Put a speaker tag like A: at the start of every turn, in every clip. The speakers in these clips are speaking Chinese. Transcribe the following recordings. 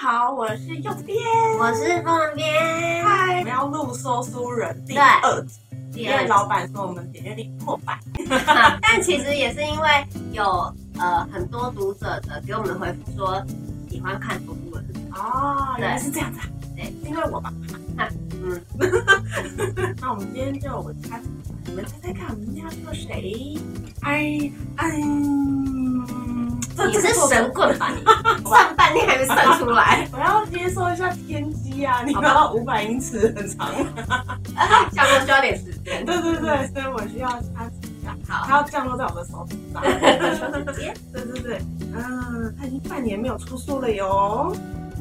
A: 好，我是右边，
B: 我是凤边。
A: 嗨，我们要录《说书人》第
B: 对
A: 二集，
B: 第
A: 因
B: 二
A: 为
B: 集
A: 老板说我们点阅率破百，
B: 嘛但其实也是因为有呃很多读者的给我们的回复说喜欢看读文，
A: 哦，原来是这样子、啊，
B: 对，
A: 因为我吧，
B: 嗯，
A: 那我们今天就我猜，你们猜猜看，我们今天要说谁？哎，嗯，这
B: 你是，
A: 这个
B: 神棍吧 你？算半天还没算出来，
A: 我要接受一下天机啊！你知
B: 好吧
A: 道五百英尺很长吗，
B: 下播需要点时 间。
A: 对对对，所以我需要它一下，
B: 好，
A: 它要降落在我的手指 上。
B: 时间
A: 对对对，嗯，他已经半年没有出书了哟。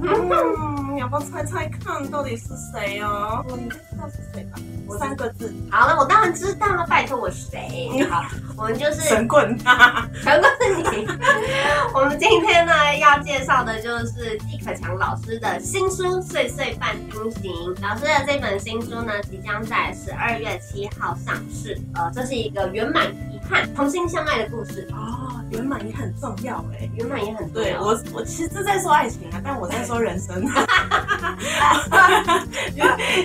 B: 嗯
A: 嗯，要不要猜猜看到底是谁哦？我应该知道是谁吧？
B: 我
A: 三个字，
B: 好了，我当然知道了，拜托我谁？好，我们就是
A: 神棍他。
B: 全部是你。我们今天呢要介绍的就是季可强老师的新书《岁岁伴君行》。老师的这本新书呢，即将在十二月七号上市。呃，这是一个圆满遗憾、同心相爱的故事，
A: 哦，圆满也很重要哎。
B: 圆满也很重
A: 对
B: 要。
A: 我，我其实在说爱情啊，但我在说人 生。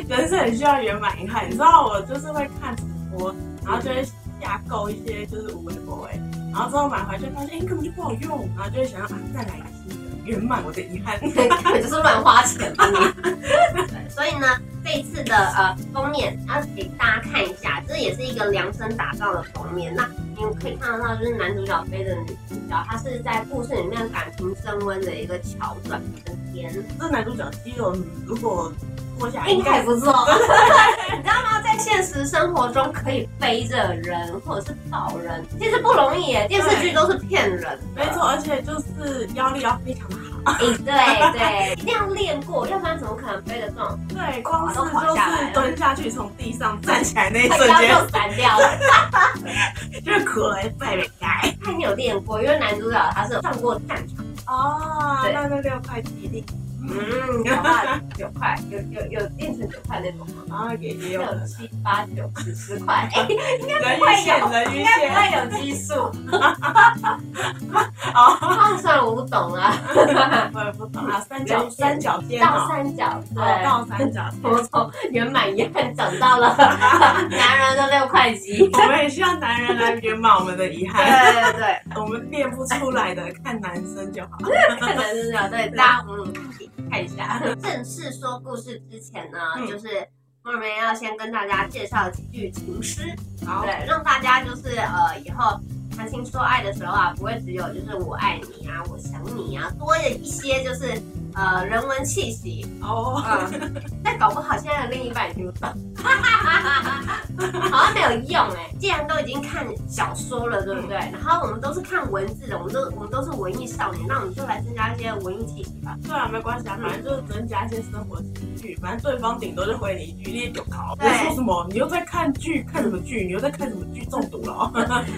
A: 人生很需要圆满遗憾，你知道我就是会看直播，然后就会下购一些就是无为 boy，然后之后买回来就发现，哎、根本就不好用，然后就会想要啊再来一个新的，圆满我的遗憾。
B: 根本就是乱花钱。对， 所以呢，这一次的呃封面要给大家看一下，这也是一个量身打造的封面。那你们可以看得到，就是男主角背着女主角，他是在故事里面感情升温的一个桥段，很甜，
A: 这男主角肌肉如果脱下来，
B: 应
A: 应
B: 该
A: 该
B: 不错。你知道吗？在现实生活中可以背着人或者是抱人，其实不容易耶。电视剧都是骗人的，
A: 没错，而且就是腰力要非常的好。
B: 哎。对对，一定要练过，要不然怎么可能背得动？
A: 对，光是
B: 都垮
A: 就
B: 下来了
A: 是蹲下去从地上站起来那一
B: 快
A: 瞬
B: 腰
A: 间，
B: 就散掉了。
A: 就是可爱败北该。
B: 他你有练过，因为男主角他是有上过战场，
A: 哦，
B: 对
A: 那那六块肌力，嗯，
B: 嗯，有吧？九块，有有有练成九块那种吗？
A: 然后也 也有
B: 有
A: 人
B: 七八九十十 块，哎、
A: 鱼线，人鱼
B: 应该不
A: 线，
B: 会有 基数。
A: 哦，
B: 啊，算了，我不懂啊。
A: 我也不懂啊，三角三角尖
B: 倒
A: 哦，
B: 三角，对，
A: 哦，倒三角尖。
B: 我从圆满遗憾长 到了男人的六块肌。
A: 我们也需要男人来圆满我们的遗
B: 对
A: 憾，
B: 对对，
A: 我们练不出来的，看男生就好。
B: 看男主 角，对，大家嗯看一下。正式说故事之前呢，
A: 嗯
B: 就是莫瑞要先跟大家介绍几句情诗。
A: 好，
B: 对，让大家就是呃以后谈情说爱的时候啊，不会只有就是我爱你啊，我想你啊，多了一些就是呃人文气息。
A: 哦，
B: 嗯，但搞不好现在的另一半也听不懂， 好像没有用哎、既然都已经看小说了，对不对？然后我们都是看文字的，我们都我们都是文艺少年，那我们就来增加一些文艺气息吧。
A: 对啊，没关系啊，反正就是增加一些生活情趣，反正对方顶多就回你一句“你也有考”，
B: 对
A: 我说什么？你又在看剧，看什么剧？你又在看什么剧？中毒了哦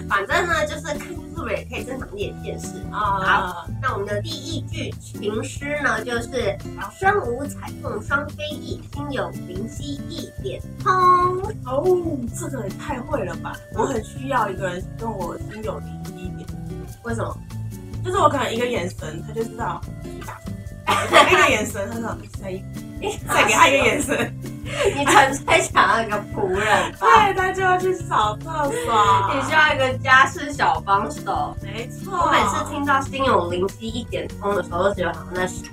B: 反正呢，就是看 YouTube 也可以增长一点见识。
A: 啊！
B: 那我们的第一句情诗呢，就是“身无彩凤双飞翼，心有灵犀一点通
A: 哦，这个也太会了吧！我很需要一个人跟我心有灵犀一点，”。
B: 为什么？
A: 就是我可能一个眼神，他就知道你打什么。一个眼神，他说你在意，再给他一个眼神，
B: 啊你纯粹想要一个仆人吧？
A: 对，他就要去扫厕所。
B: 你需要一个家事小帮手。
A: 没错，
B: 我每次听到“心有灵犀一点通”的时候，都觉得好像在说。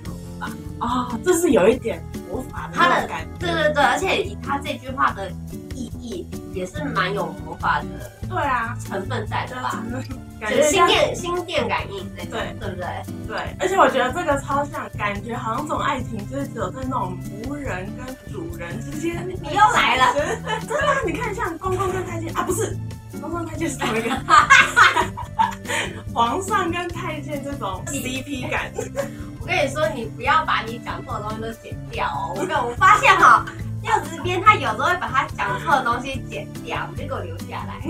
A: 啊、这是有一点魔法的
B: 他的
A: 那种感觉。
B: 对对对，而且以他这句话的意义，也是蛮有魔法的
A: 对啊，
B: 成分在的吧？就
A: 感觉
B: 是心
A: 像
B: 电心电感应那种，
A: 对
B: 对不对？
A: 对，而且我觉得这个超像，感觉好像这种爱情就是只有在那种无人跟主人之间。你
B: 你又来了，
A: 真的啊，你看像公公跟太监啊，不是，公公太监是同一个， 皇上跟太监这种 CP 感，
B: 我跟你说，你不要把你讲错的东西都剪掉哦。我跟我发现哈、廖子边他有时候会把他讲错的东西剪掉，你就给我留下 来。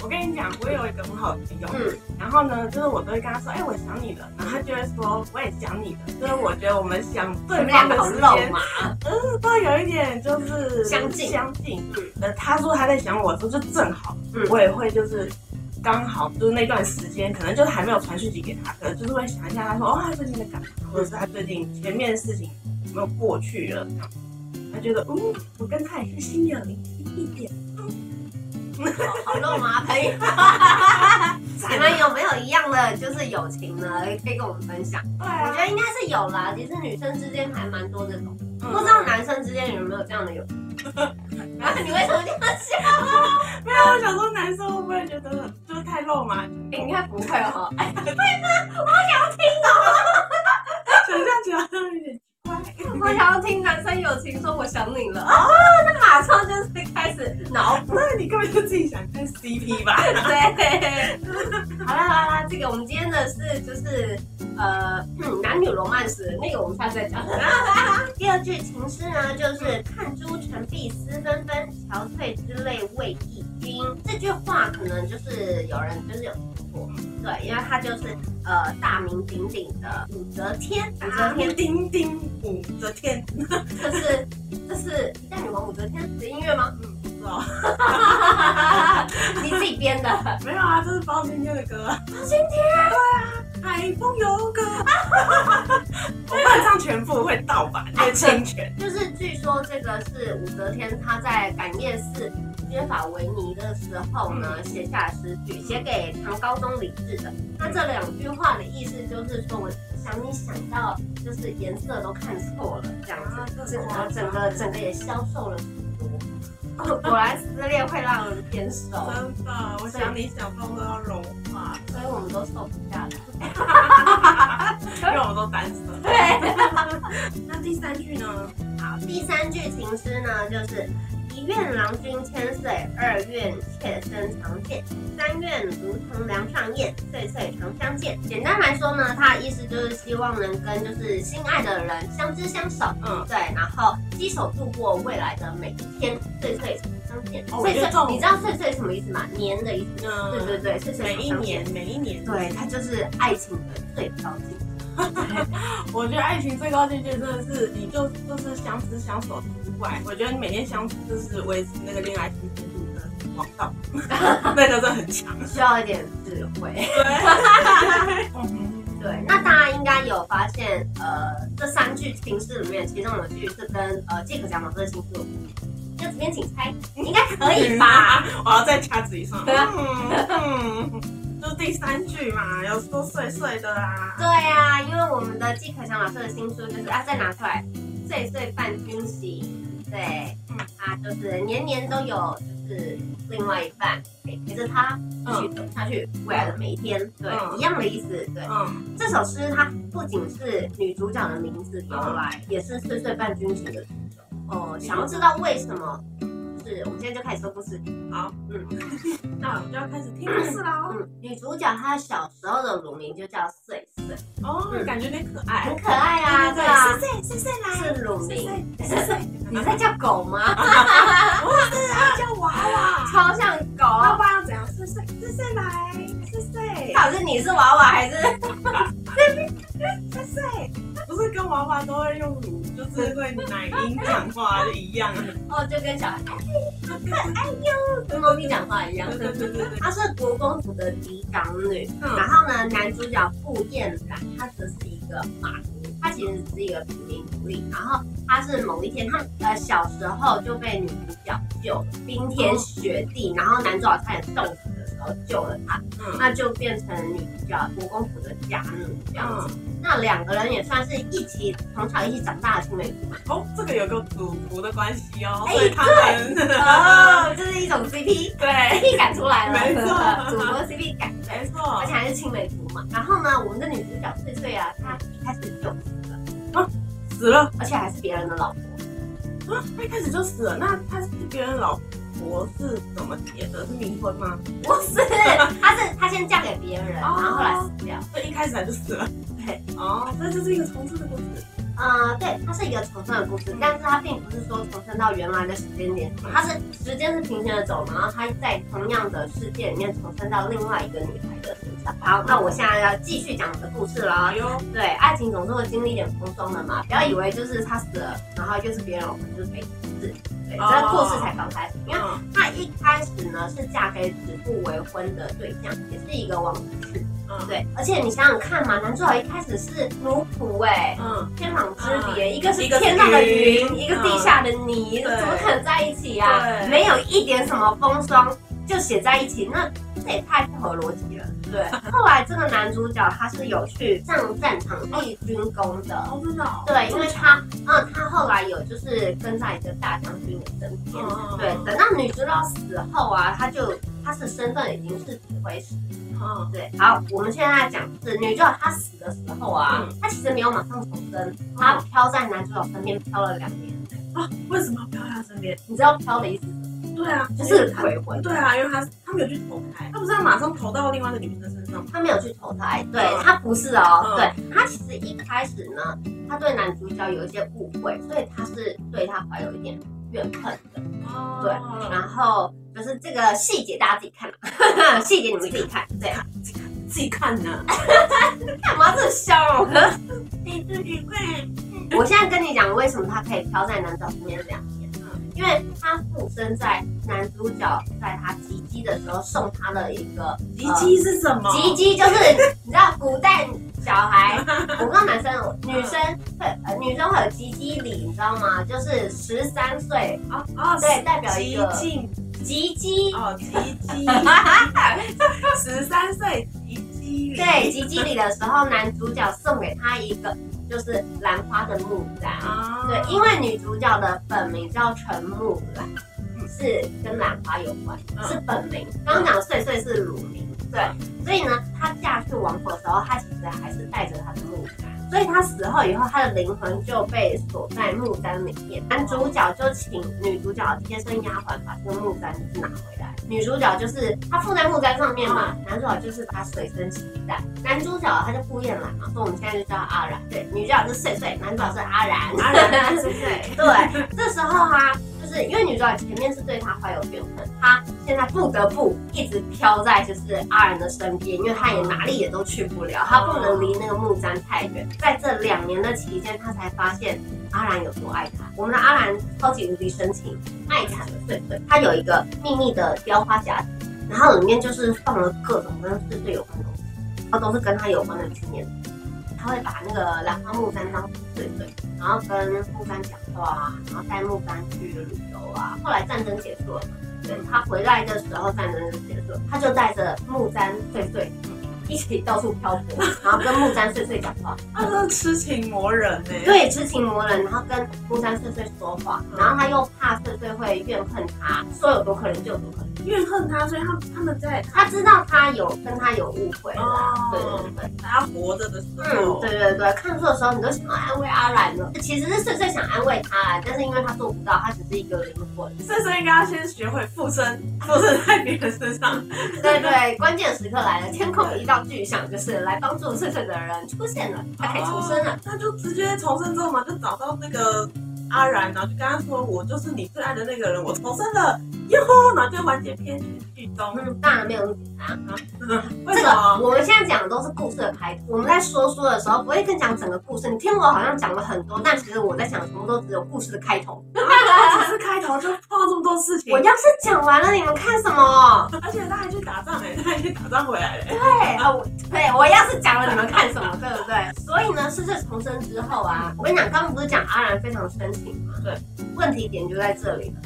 A: 我跟你讲，我有一个很好的朋友，
B: 嗯，
A: 然后呢，就是我都会跟他说，哎、我想你了，然后他就会说，我也想你了，就是我觉得我们想
B: 你
A: 对
B: 们
A: 方
B: 两
A: 的
B: 个好
A: 时
B: 肉
A: 间
B: 麻，
A: 都有一点就是
B: 相近
A: 相近。呃，他说他在想我的时候就正好，
B: 嗯
A: 我也会就是刚好就是那段时间，可能就是还没有传讯息给他，可能就是会想一下，他说哦，他最近在干嘛，或者是他最近前面的事情有没有过去了这样子。他觉得，嗯，我跟他也是心有灵犀一点。
B: 好肉麻朋友，你们有没有一样的就是友情呢？可以跟我们分享。
A: 对
B: 我觉
A: 啊，
B: 得应该是有啦，其实女生之间还蛮多这种，
A: 嗯
B: 不知道男生之间有没有这样的友情？然 后你为什么这样笑？
A: 没有，我想说男生会不会觉得就是太肉麻？
B: 应该不会哦。
A: 想象起来好像有点奇怪。
B: 我想要听男生友情，说我想你了哦，那马上就是开始脑补。
A: 那你根本就自己想看 CP 吧？
B: 对，好啦好啦，这个我们今天的是就是呃、嗯男女罗曼史，那个我们下次再讲。第二句情诗呢，就是看朱成碧思纷纷，憔悴之泪为忆君。这句话可能就是有人就是有听过，对，因为它就是呃大名鼎鼎的武则天，武则天
A: 叮叮武则天，
B: 这是这是一代女王武则天的音乐吗？
A: 嗯，不知道，
B: 你自己编的。
A: 没有啊，这是包青天的歌。
B: 包青
A: 天，对啊，海风游歌。我不能唱全部会盗版，会侵权。
B: 就是据说这个是武则天她在感业寺约法维尼的时候呢写下的诗句，写给唐高宗李治的。那这两句话的意思就是说，我想你想到就是颜色都看错了这样
A: 啊
B: 子，
A: 这
B: 整
A: 很
B: 个
A: 夸张
B: 整个整个也消瘦了很多。哦果然失恋会让人变瘦，
A: 真的，我想你想到都要融化，
B: 所以我们都瘦不下来。
A: 因为我都单身。
B: 对。
A: 那第三句呢？
B: 好，第三句情诗呢，就是一愿郎君千岁，二愿妾身常见，三愿如同梁上燕，岁岁常相见。简单来说呢，它的意思就是希望能跟就是心爱的人相知相守，
A: 嗯，
B: 对，然后携手度过未来的每一天，岁岁常相见。
A: 哦我
B: 岁
A: 觉得这
B: 岁
A: 种，
B: 你知道岁岁什么意思吗？年的意思。对对
A: 嗯，
B: 对，岁岁
A: 每
B: 常
A: 一
B: 相见。
A: 年，每一年，
B: 对，它就是爱情的最高境界。
A: 我觉得爱情最高境界真的是，你就就是相知相守之外，我觉得你每天相处就是维持那个恋爱幸福度的王道，那个真的很强。
B: 需要一点智慧。
A: 对，
B: 对，那大家应该有发现，呃，这三句情诗里面，其中有一句是跟呃借口讲马这个情诗有关，就随便请猜，应该可以吧？？
A: 我要再掐指一算。
B: 对啊
A: 嗯，嗯 就第三句嘛，有说碎碎的啊啦。
B: 对呀、因为我们的季可强老师的新书就是啊，再拿出来，岁岁伴君行。对，
A: 嗯
B: 他就是年年都有，就是另外一半陪陪着他
A: 啊
B: 继续走下去未来的每一天，对，
A: 嗯
B: 一样的意思，对。
A: 嗯，
B: 这首诗它不仅是女主角的名字由
A: 啊
B: 来，也是岁岁伴君行的主轴。
A: 嗯
B: 哦，想要知道为什么？就是我们现在就开始说故事。
A: 好，
B: 嗯
A: 那我们就要开始听故事哦啦。
B: 嗯，女主角她小时候的乳名就叫岁岁，
A: 哦，感觉有点可爱
B: 很。可爱啊，对啊，
A: 对，嗯碎碎碎来，
B: 是乳
A: 碎
B: 名。
A: 碎碎碎，
B: 你在叫狗吗？
A: 叫娃 娃。
B: 超像
A: 爸
B: 狗。啊
A: 爸要怎样？碎碎碎碎来，碎碎。
B: 到底是你是娃娃还是？
A: 哇塞，不是跟娃娃都会用乳，就是会奶音讲话的一 样啊。
B: 哦，就跟小孩
A: 对对
B: 跟猫咪讲话一样。
A: 对对对，
B: 她是国公府的嫡长女，然
A: 嗯
B: 后呢，男主角傅彦然，他只是一个马夫，他其实只是一个平民奴隶。然后他是某一天，他呃小时候就被女主角救了，冰天雪地，然后男主角差点冻死的时候救了他，
A: 嗯，
B: 那就变成女主角国公府的家奴这样子。那两个人也算是一起从小一起长大的青梅竹马。
A: 哦，这个有个主仆的关系哦，
B: 哎
A: 所以他 们，
B: 哦，这是一种 CP。
A: 对，
B: CP 感出来了，
A: 没错
B: 主播 CP 感，对
A: 没错
B: 而且，还是青梅竹马。然后呢，我们的女主角翠翠啊，她一开始就死了，
A: 死了
B: 而且还是别人的老婆。
A: 啊，他一开始就死了。那他是别人老婆是怎么结的？是冥婚吗？
B: 不是，她是她先嫁给别人，然
A: 哦
B: 后后来死掉。
A: 所以一开始他就死了。
B: 对，
A: 哦，这就是一个重生的故事。
B: 呃，对，它是一个重生的故事，但是它并不是说重生到原来的时间点，它是时间是平行的走，然后它在同样的事件里面重生到另外一个女孩的身上。好，那我现在要继续讲我的故事了。
A: 哎呦，
B: 对，爱情总是会经历一点风霜的嘛，不要以为就是他死了，然后又是别人，我们就是被死。事，对，
A: 哦
B: 这个故事才刚开始，因为
A: 嗯
B: 她一开始呢是嫁给指腹为婚的对象，也是一个王子，
A: 嗯
B: 对，而且你想想看嘛，男主角一开始是奴仆哎、
A: 嗯，
B: 天壤之别，一个是
A: 一个是
B: 天上的云，
A: 云
B: 一个地下的泥，
A: 嗯
B: 怎么可能在一起啊？
A: 对
B: 没有一点什么风霜就写在一起，那这也太不合逻辑了。对，后来这个男主角他是有去上战场立军功的，
A: 哦，真的哦，
B: 对，因为他，嗯，他后来有就是跟在一个大将军的身边，
A: 嗯
B: 对，等到女主角死后啊，他就他是身份已经是指挥使
A: 嗯
B: 对，好，我们现在讲是女主角她死的时候啊，她其实没有马上重生，她飘在男主角身边飘了两年。
A: 啊，为什么要飘到他身边？
B: 你知道飘的意思
A: 对啊，
B: 就是鬼魂，
A: 对啊，因为他他没有去投胎，他不是要马上投到另外一个女生身上吗？
B: 她没有去投胎，对
A: 嗯
B: 她不是哦，
A: 嗯
B: 对她其实一开始呢，她对男主角有一些误会，所以她是对他怀有一点怨恨的。对，
A: 哦，
B: 然后就是这个细节大家自己看吧， 细节你们自己看。对，
A: 对，啊自己看呢。
B: 干嘛这个笑容？
A: 哎你自己看。
B: 我现在跟你讲，为什么他可以飘在男主角身边两年呢？因为他附身在男主角在他及笄的时候送他的一个
A: 吉吉是什么？
B: 及笄，就是你知道古代小孩，我不知道男生女生会呃女生会有及笄礼，你知道吗？就是十三岁
A: 哦哦，
B: 对代表一个
A: 吉进
B: 及笄，
A: 哦，吉 吉，十三岁吉吉，
B: 对及笄礼的时候，男主角送给他一个就是兰花的木簪。
A: 啊，
B: 对，因为女主角的本名叫陈木兰，是跟兰花有关，
A: 嗯
B: 是本名。刚刚讲岁岁是乳名，对，所以呢，她嫁去王国的时候，她其实还是带着她的木簪，所以她死后以后，她的灵魂就被锁在木簪里面。男主角就请女主角的贴身丫鬟把这个木簪拿回来。女主角就是她附在木簪上面嘛，男主角就是把它随身携带。男主角他就顾彦兰嘛，所以我们现在就叫他阿然。对，女主角是岁岁，男主角是阿然。
A: 阿然是谁？
B: 对，这时候啊，就是因为女主角前面是对他怀有怨恨，她现在不得不一直飘在就是阿然的身边，因为她也哪里也都去不了，她不能离那个木簪太远。在这两年的期间，她才发现阿然有多爱她。我们的阿然超级无敌深情，爱惨了碎碎。她有一个秘密的雕花匣子，然后里面就是放了各种跟碎碎有关的东西，然后都是跟她有关的纪念品。她会把那个兰花木簪当碎碎。然后跟木杆讲话啊，然后带木杆去旅游啊。后来战争结束了嘛，对他回来的时候战争就结束了，他就带着木簪碎碎一起到处漂泊， 然后跟木簪碎碎讲话，
A: 他是痴情魔人呢。
B: 对，痴情魔人，然后跟木簪碎碎说话，然后他又怕碎碎会怨恨他，说有多可怜就有多可怜。
A: 怨恨他，所以他他们在
B: 他知道他有跟他有误会了，对对
A: 哦
B: 对，。
A: 他活着的时
B: 嗯，
A: 候，
B: 对对对，看书的时候你都想要安慰阿兰了，其实是碎碎想安慰他啦，但是因为他做不到，他只是一个灵魂。
A: 所以说应该要先学会附身，附身在别人身上。
B: 对对，关键时刻来了，天空一道巨响，就是来帮助翠翠的人出现了，他可以重生了。
A: 哦，那就直接重生之后嘛，就找到那个阿然，然后就跟他说，我就是你最爱的那个人，我重生了，哟吼，然后就完结篇剧终。
B: 嗯，当然没有那么简单。
A: 为什
B: 这个
A: 么？
B: 我们现在讲的都是故事的开头，我们在说书的时候不会跟讲整个故事。你听我好像讲了很多，但其实我在讲的全部都只有故事的开 头。
A: 他只是开头就碰到这么多事情
B: 我，要是讲完了，你们看什么？
A: 而且他还去打仗哎、他还去打仗回来了、欸。
B: 对，啊，我对我要是讲了，你们看什么，对不对？所以呢，是这重生之后啊，我跟你讲，刚刚不是讲阿然非常深情吗？
A: 对，
B: 问题点就在这里了，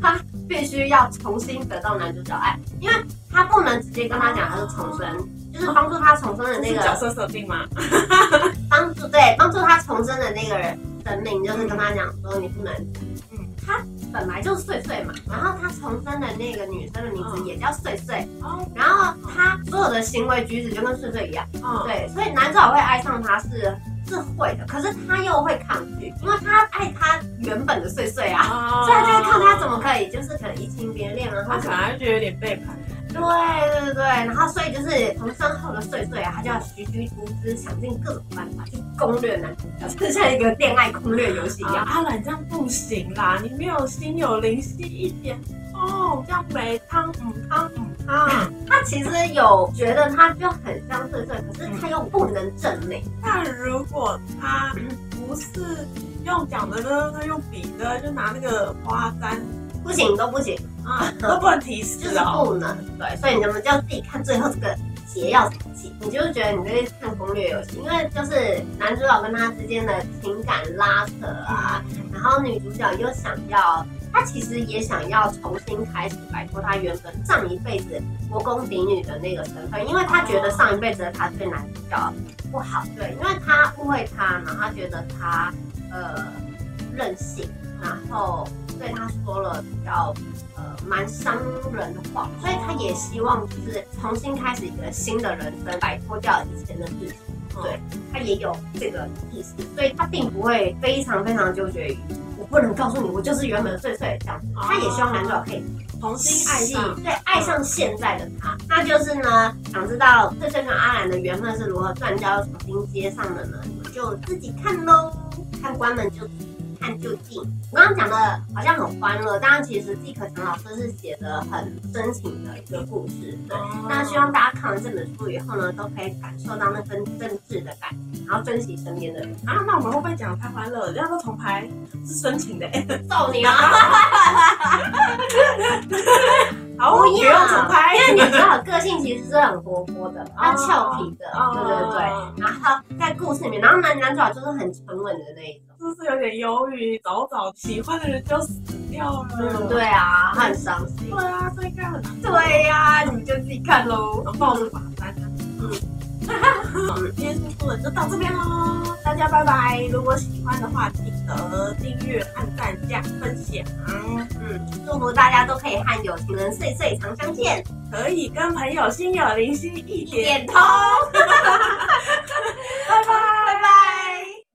B: 他必须要重新得到男主角爱，因为他不能直接跟他讲他是重生，就是帮助他重生的
A: 这
B: 那
A: 是
B: 个
A: 角色设定吗？
B: 帮助对帮助他重生的那个人神明，就是跟他讲说你不能，
A: 嗯
B: 嗯，他本来就是碎碎嘛，然后他重生的那个女生的名字也叫碎碎，
A: 哦，
B: 然后他所有的行为举止就跟碎碎一样，
A: 嗯，
B: 对，所以男主角会爱上他是是会的，可是他又会抗拒，因为他爱他原本的碎碎啊，
A: 哦
B: 所以他就会看他怎么可以就是可能移情别恋啊，或
A: 他
B: 者
A: 可能还觉得有点背叛。
B: 对对对对，然后所以就是从身后的碎碎啊，他就要徐徐独自想尽各种办法去攻略男主角，就像一个恋爱攻略游戏一
A: 啊，
B: 样。
A: 阿兰这样不行啦，你没有心有灵犀一点哦，这样没汤嗯汤嗯汤，
B: 他其实有觉得他就很像碎碎，可是他又不能证明。
A: 那如果他不是用讲的呢，他用笔的，就拿那个花簪
B: 不行都不行，
A: 啊，都不能提
B: 就
A: 示
B: 是
A: 哦。
B: 不能。对，所以你怎么就自己看最后这个结要怎么解？你就会觉得你在看攻略游戏，因为就是男主角跟他之间的情感拉扯啊，然后女主角又想要，她其实也想要重新开始摆脱她原本上一辈子国公嫡女的那个身份，因为她觉得上一辈子的她对男主角不好，对，因为她误会他，然后她觉得他呃任性，然后对他说了比较。呃，蛮伤人的话，所以她也希望就是重新开始一个新的人生，摆脱掉以前的自己。对，她也有这个意识，所以她并不会非常非常纠结于我不能告诉你，我就是原本碎碎这样子。她也希望男主角可以
A: 重新爱上，
B: 对，爱上现在的他。那就是呢，想知道翠翠跟阿兰的缘分是如何断交、重新接上的呢？你们就自己看喽，看关门就看就近。我刚刚讲的好像很欢乐，但其实季可强老师是写的很深情的一个故事。对，
A: 哦
B: 那希望大家看完这本书以后呢，都可以感受到那份真挚的感情，然后珍惜身边的人。
A: 啊，那我们会不会讲太欢乐了？要不重排是深情的、欸，
B: 揍你啊！
A: 好，
B: 不
A: 不
B: 要
A: 用重拍，
B: 因为女主角的个性其实是很活泼的，她俏皮的，
A: 哦
B: 对对对。然后在故事里面，然后男男主角就是很沉稳的那一种。
A: 就是有点忧郁，早早喜欢的人就死掉了。
B: 嗯，对啊，他很伤心。
A: 对啊，这应该很难。
B: 对呀、你们就自己看喽。
A: 抱着把
B: 啊
A: 单。嗯，好今天说的就到这边喽，大家拜拜。如果喜欢的话，记得订阅、按赞、加分享，
B: 嗯，祝福大家都可以和有情人岁岁常相见，
A: 可以跟朋友心有灵犀一
B: 一
A: 点，
B: 点通。
A: 拜拜。